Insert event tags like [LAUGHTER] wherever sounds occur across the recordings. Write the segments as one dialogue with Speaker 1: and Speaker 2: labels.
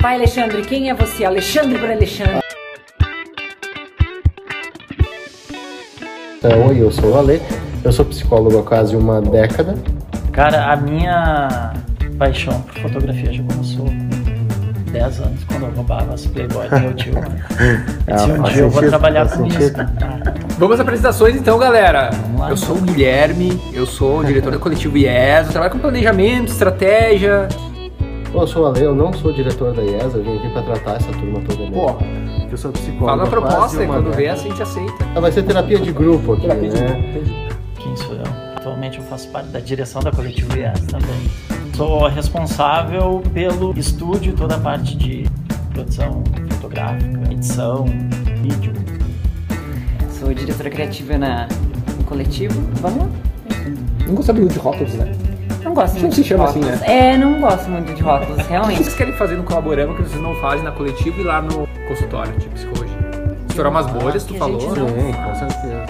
Speaker 1: Pai Alexandre, quem é você? Alexandre por Alexandre.
Speaker 2: Então, Oi, eu sou o Ale, eu sou psicólogo há quase uma década.
Speaker 3: Cara, a minha paixão por fotografia já começou com 10 anos, quando eu roubava as Playboy do meu
Speaker 2: [LAUGHS]
Speaker 3: tio. né? Eu disse, um
Speaker 2: Ah, faz
Speaker 3: dia eu vou
Speaker 2: sentido,
Speaker 3: trabalhar
Speaker 2: faz
Speaker 3: com isso.
Speaker 2: sentido.
Speaker 3: cara."
Speaker 4: Vamos às apresentações então, galera.
Speaker 3: Vamos lá.
Speaker 4: Eu sou o Guilherme, eu sou o diretor do coletivo IES, eu trabalho com planejamento, estratégia.
Speaker 2: Eu sou o Ale, eu não sou diretor da IESA, eu vim aqui pra tratar essa turma toda mesmo.
Speaker 4: Pô,
Speaker 5: Eu sou psicólogo.
Speaker 4: fala a
Speaker 5: há quase
Speaker 4: proposta e
Speaker 5: uma
Speaker 4: quando vê
Speaker 5: década.
Speaker 4: essa a gente aceita.
Speaker 2: Ah, vai ser terapia de grupo aqui, né?
Speaker 3: Quem sou eu? Atualmente eu faço parte da direção da Coletiva IES também. Sou responsável pelo estúdio, toda a parte de produção fotográfica, edição, vídeo.
Speaker 6: Sou diretora criativa na, no coletivo. Vamos lá?
Speaker 7: Nunca sabe muito de rótulos, né?
Speaker 6: Não gosto muito
Speaker 7: se
Speaker 6: de
Speaker 7: chama
Speaker 6: rótulos.
Speaker 7: assim,
Speaker 6: É, não gosto muito de rótulos,
Speaker 4: O que
Speaker 6: realmente.
Speaker 4: vocês querem fazer no Colaborama que vocês não fazem na coletiva e lá no consultório de psicologia? Estourar umas bolhas, tu
Speaker 6: Ah, que a
Speaker 4: falou.
Speaker 6: gente
Speaker 4: né?
Speaker 5: Sim,
Speaker 2: Então,
Speaker 5: com certeza.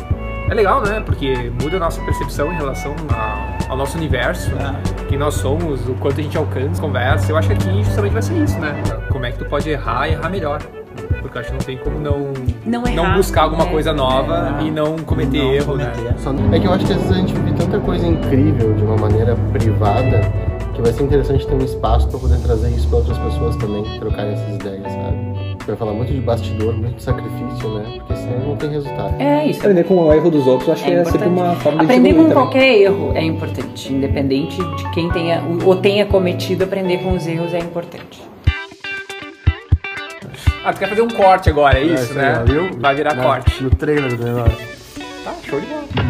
Speaker 4: É legal, né? Porque muda a nossa percepção em relação ao, ao nosso universo, né? quem nós somos, o quanto a gente alcança, conversa. Eu acho que aqui justamente vai ser isso, né? Como é que tu pode errar e errar melhor? Porque eu acho que não tem como não,
Speaker 1: Não errar,
Speaker 4: não buscar alguma
Speaker 1: né?
Speaker 4: coisa nova e não cometer
Speaker 3: Não
Speaker 4: erro, né?
Speaker 3: cometer.
Speaker 5: Só
Speaker 2: É que eu acho que às vezes a gente vive tanta coisa incrível de uma maneira privada que vai ser interessante ter um espaço pra poder trazer isso pra outras pessoas também, trocarem essas ideias, sabe? Vai falar muito de bastidor, muito de sacrifício, né? Porque senão não tem resultado.
Speaker 6: É isso.
Speaker 7: Aprender com o erro dos outros, acho
Speaker 6: É
Speaker 7: que é sempre
Speaker 6: importante.
Speaker 7: uma forma de
Speaker 6: Aprender
Speaker 7: evoluir
Speaker 6: com
Speaker 7: também.
Speaker 6: qualquer erro é importante. Independente de quem tenha ou tenha cometido, aprender com os erros é importante.
Speaker 4: Ah, tu quer fazer um corte agora, é isso,
Speaker 5: isso aí,
Speaker 4: né?
Speaker 5: ó, viu?
Speaker 4: Vai virar
Speaker 5: Na-
Speaker 4: corte.
Speaker 5: No trailer do negócio.
Speaker 4: Tá, show de bola.